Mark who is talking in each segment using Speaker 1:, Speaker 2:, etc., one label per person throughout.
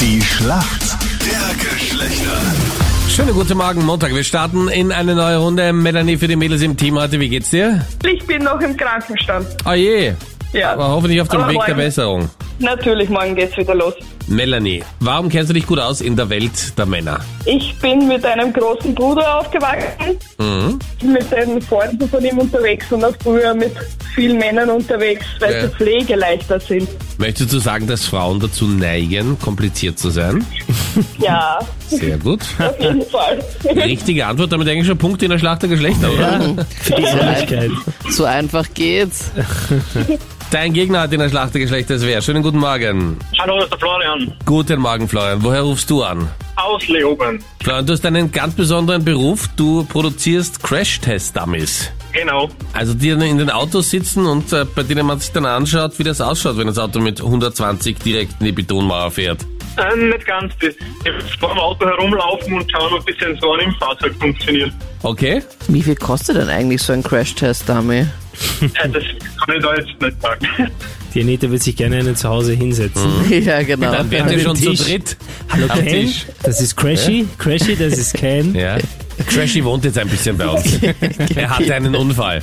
Speaker 1: Die Schlacht der Geschlechter.
Speaker 2: Schöne guten Morgen, Montag. Wir starten in eine neue Runde. Melanie für die Mädels im Team heute. Wie geht's dir?
Speaker 3: Ich bin noch im Krankenstand.
Speaker 2: Oh je.
Speaker 3: Ja.
Speaker 2: Aber hoffentlich auf dem
Speaker 3: Aber
Speaker 2: Weg der
Speaker 3: morgen.
Speaker 2: Besserung.
Speaker 3: Natürlich, morgen geht's wieder los.
Speaker 2: Melanie, warum kennst du dich gut aus in der Welt der Männer?
Speaker 3: Ich bin mit einem großen Bruder aufgewachsen,
Speaker 2: Mhm.
Speaker 3: mit den Freunden von ihm unterwegs und auch früher mit vielen Männern unterwegs, weil
Speaker 2: Ja.
Speaker 3: sie Pflege leichter sind.
Speaker 2: Möchtest du sagen, dass Frauen dazu neigen, kompliziert zu sein?
Speaker 3: Ja,
Speaker 2: Sehr gut.
Speaker 3: auf jeden Fall.
Speaker 2: Richtige Antwort, damit eigentlich schon Punkt in der Schlacht der Geschlechter, oder?
Speaker 4: Für die Ehrlichkeit. So einfach geht's.
Speaker 2: Dein Gegner hat in der Schlacht der Geschlechter es wäre. Schönen guten Morgen.
Speaker 5: Hallo, das ist der Florian
Speaker 2: Guten Morgen, Florian. Woher rufst du an?
Speaker 5: aus Leoben.
Speaker 2: Florian, du hast einen ganz besonderen Beruf. Du produzierst Crash-Test-Dummies.
Speaker 5: Genau.
Speaker 2: Also die dann in den Autos sitzen und äh, bei denen man sich dann anschaut, wie das ausschaut, wenn das Auto mit 120 direkt in die Betonmauer fährt.
Speaker 5: Äh, nicht ganz. Das, ich vor dem Auto herumlaufen und schauen, ob die Sensoren im Fahrzeug funktionieren.
Speaker 2: Okay?
Speaker 4: Wie viel kostet denn eigentlich so ein Crash-Test-Dummy?
Speaker 5: Äh, das kann ich da jetzt nicht sagen.
Speaker 6: Die Anita wird sich gerne einen zu Hause hinsetzen.
Speaker 4: ja, genau.
Speaker 2: Dann wärt
Speaker 6: an
Speaker 2: ihr
Speaker 6: den
Speaker 2: schon zu
Speaker 6: Ah, Tisch.
Speaker 2: dritt.
Speaker 6: Hallo
Speaker 2: Mhm. Am
Speaker 6: Ken,
Speaker 2: Tisch.
Speaker 6: das ist Crashy. Crashy, das ist Ken.
Speaker 2: Ja. Crashy wohnt jetzt ein bisschen bei uns. er hatte einen Unfall.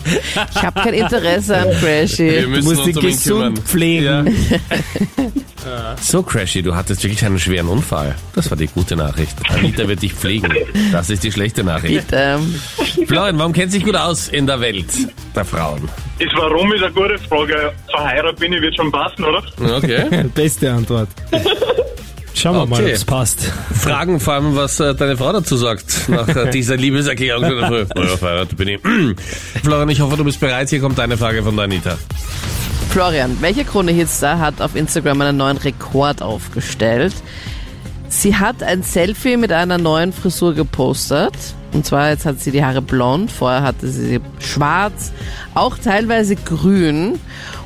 Speaker 4: Ich habe kein Interesse an Crashy.
Speaker 2: müssen um
Speaker 6: musst dich gesund pflegen.
Speaker 2: Ja. So, Crashy, du hattest wirklich einen schweren Unfall. Das war die gute Nachricht. Anita wird dich pflegen. Das ist die schlechte Nachricht.
Speaker 4: Bitte.
Speaker 2: Florian, warum kennst du dich gut aus in der Welt der Frauen?
Speaker 5: Das Warum ist eine gute Frage. Verheiratet bin ich, wird schon passen, oder?
Speaker 2: Okay.
Speaker 6: Beste Antwort. Schauen wir mal,
Speaker 2: Okay.
Speaker 6: ob es passt.
Speaker 2: fragen, vor allem, was äh, deine Frau dazu sagt, nach äh, dieser Liebeserklärung von der Früh. Naja, verheiratet bin ich. Florian, ich hoffe, du bist bereit. Hier kommt deine Frage von der Anita.
Speaker 4: Florian, welche Krone Hitstar hat auf Instagram einen neuen Rekord aufgestellt? Sie hat ein Selfie mit einer neuen Frisur gepostet. Und zwar jetzt hat sie die Haare blond, vorher hatte sie sie schwarz, auch teilweise grün.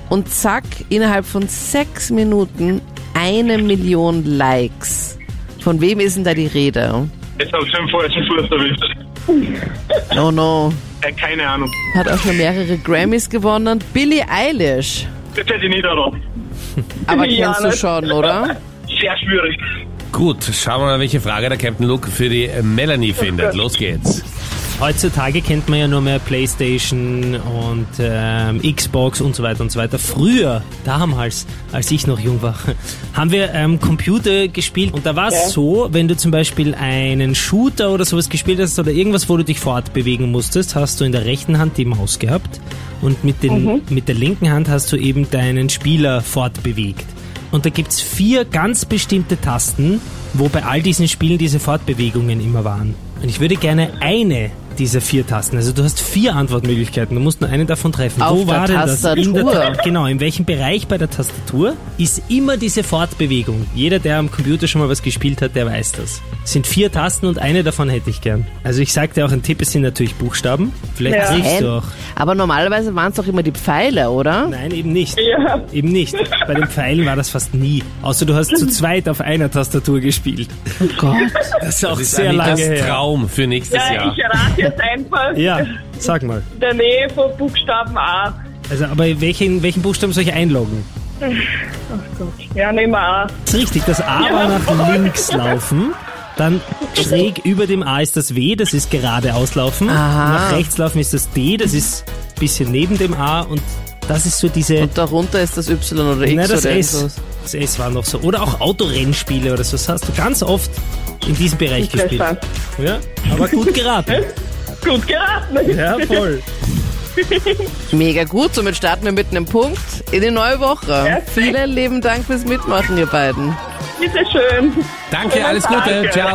Speaker 4: Und zack, innerhalb von sechs Minuten eine Million Likes. Von wem ist denn da die Rede?
Speaker 5: Jetzt habe ich schon falschen Fuß erwischt.
Speaker 4: Oh no.
Speaker 5: Äh, keine Ahnung.
Speaker 4: Hat auch schon mehrere Grammys gewonnen. Billie Eilish.
Speaker 5: Das hätte ich nicht erwartet.
Speaker 4: Aber
Speaker 3: Ja,
Speaker 4: kennst du
Speaker 3: ne?
Speaker 4: schon, oder?
Speaker 5: Sehr schwierig.
Speaker 2: Gut, schauen wir mal, welche Frage der Captain Luke für die äh, Melanie findet. Los geht's.
Speaker 6: Heutzutage kennt man ja nur mehr Playstation und ähm, Xbox und so weiter und so weiter. Früher, damals, als ich noch jung war, haben wir ähm, Computer gespielt und da war es
Speaker 3: Ja.
Speaker 6: so, wenn du zum Beispiel einen Shooter oder sowas gespielt hast oder irgendwas, wo du dich fortbewegen musstest, hast du in der rechten Hand die Maus gehabt und mit, den, mit der linken Hand hast du eben deinen Spieler fortbewegt. Und da gibt's vier ganz bestimmte Tasten, wo bei all diesen Spielen diese Fortbewegungen immer waren. Und ich würde gerne eine dieser vier Tasten. Also du hast vier Antwortmöglichkeiten. Du musst nur eine davon treffen.
Speaker 4: Auf
Speaker 6: Wo
Speaker 4: der
Speaker 6: war denn das? In der
Speaker 4: Tastatur.
Speaker 6: Ta- genau, in welchem Bereich bei der Tastatur ist immer diese Fortbewegung. Jeder, der am Computer schon mal was gespielt hat, der weiß das. Es sind vier Tasten und eine davon hätte ich gern. Also ich sagte auch, ein Tipp, es sind natürlich Buchstaben. Vielleicht
Speaker 3: Ja.
Speaker 6: triffst
Speaker 4: Hä?
Speaker 6: du auch.
Speaker 4: Aber normalerweise waren es doch immer die Pfeile, oder?
Speaker 6: Nein, eben nicht.
Speaker 3: Ja,
Speaker 6: Eben nicht. Bei den Pfeilen war das fast nie. Außer du hast zu zweit auf einer Tastatur gespielt.
Speaker 4: Oh Gott.
Speaker 6: Das ist auch
Speaker 2: Das ist
Speaker 6: sehr lange
Speaker 2: Anitas
Speaker 6: her.
Speaker 2: Traum für nächstes
Speaker 3: ja
Speaker 2: Jahr.
Speaker 3: ich rate jetzt einfach
Speaker 6: Ja, sag mal.
Speaker 3: in der Nähe von Buchstaben A.
Speaker 6: Also, aber welchen, welchen Buchstaben soll ich einloggen?
Speaker 3: Ja, nehmen wir A.
Speaker 6: Das ist richtig, das A war nach links laufen. Dann schräg über dem A ist das W, das ist geradeaus laufen.
Speaker 4: Aha.
Speaker 6: Nach rechts laufen ist das D, das ist ein bisschen neben dem A und das ist so diese.
Speaker 4: Und darunter ist das Y oder X
Speaker 6: Nein, das
Speaker 4: oder
Speaker 6: S.
Speaker 4: irgendwas.
Speaker 6: Das S war noch so. Oder auch Autorennspiele oder so. Das hast du ganz oft in diesem Bereich gespielt.
Speaker 3: Interessant.
Speaker 6: Ja, aber gut geraten.
Speaker 3: Gut geraten.
Speaker 6: Ja, voll.
Speaker 4: Mega gut, somit starten wir mit einem Punkt in die neue Woche. Vielen lieben Dank fürs Mitmachen, ihr beiden.
Speaker 3: Bitte schön.
Speaker 2: Danke, alles Gute.
Speaker 3: Danke.
Speaker 2: Ciao.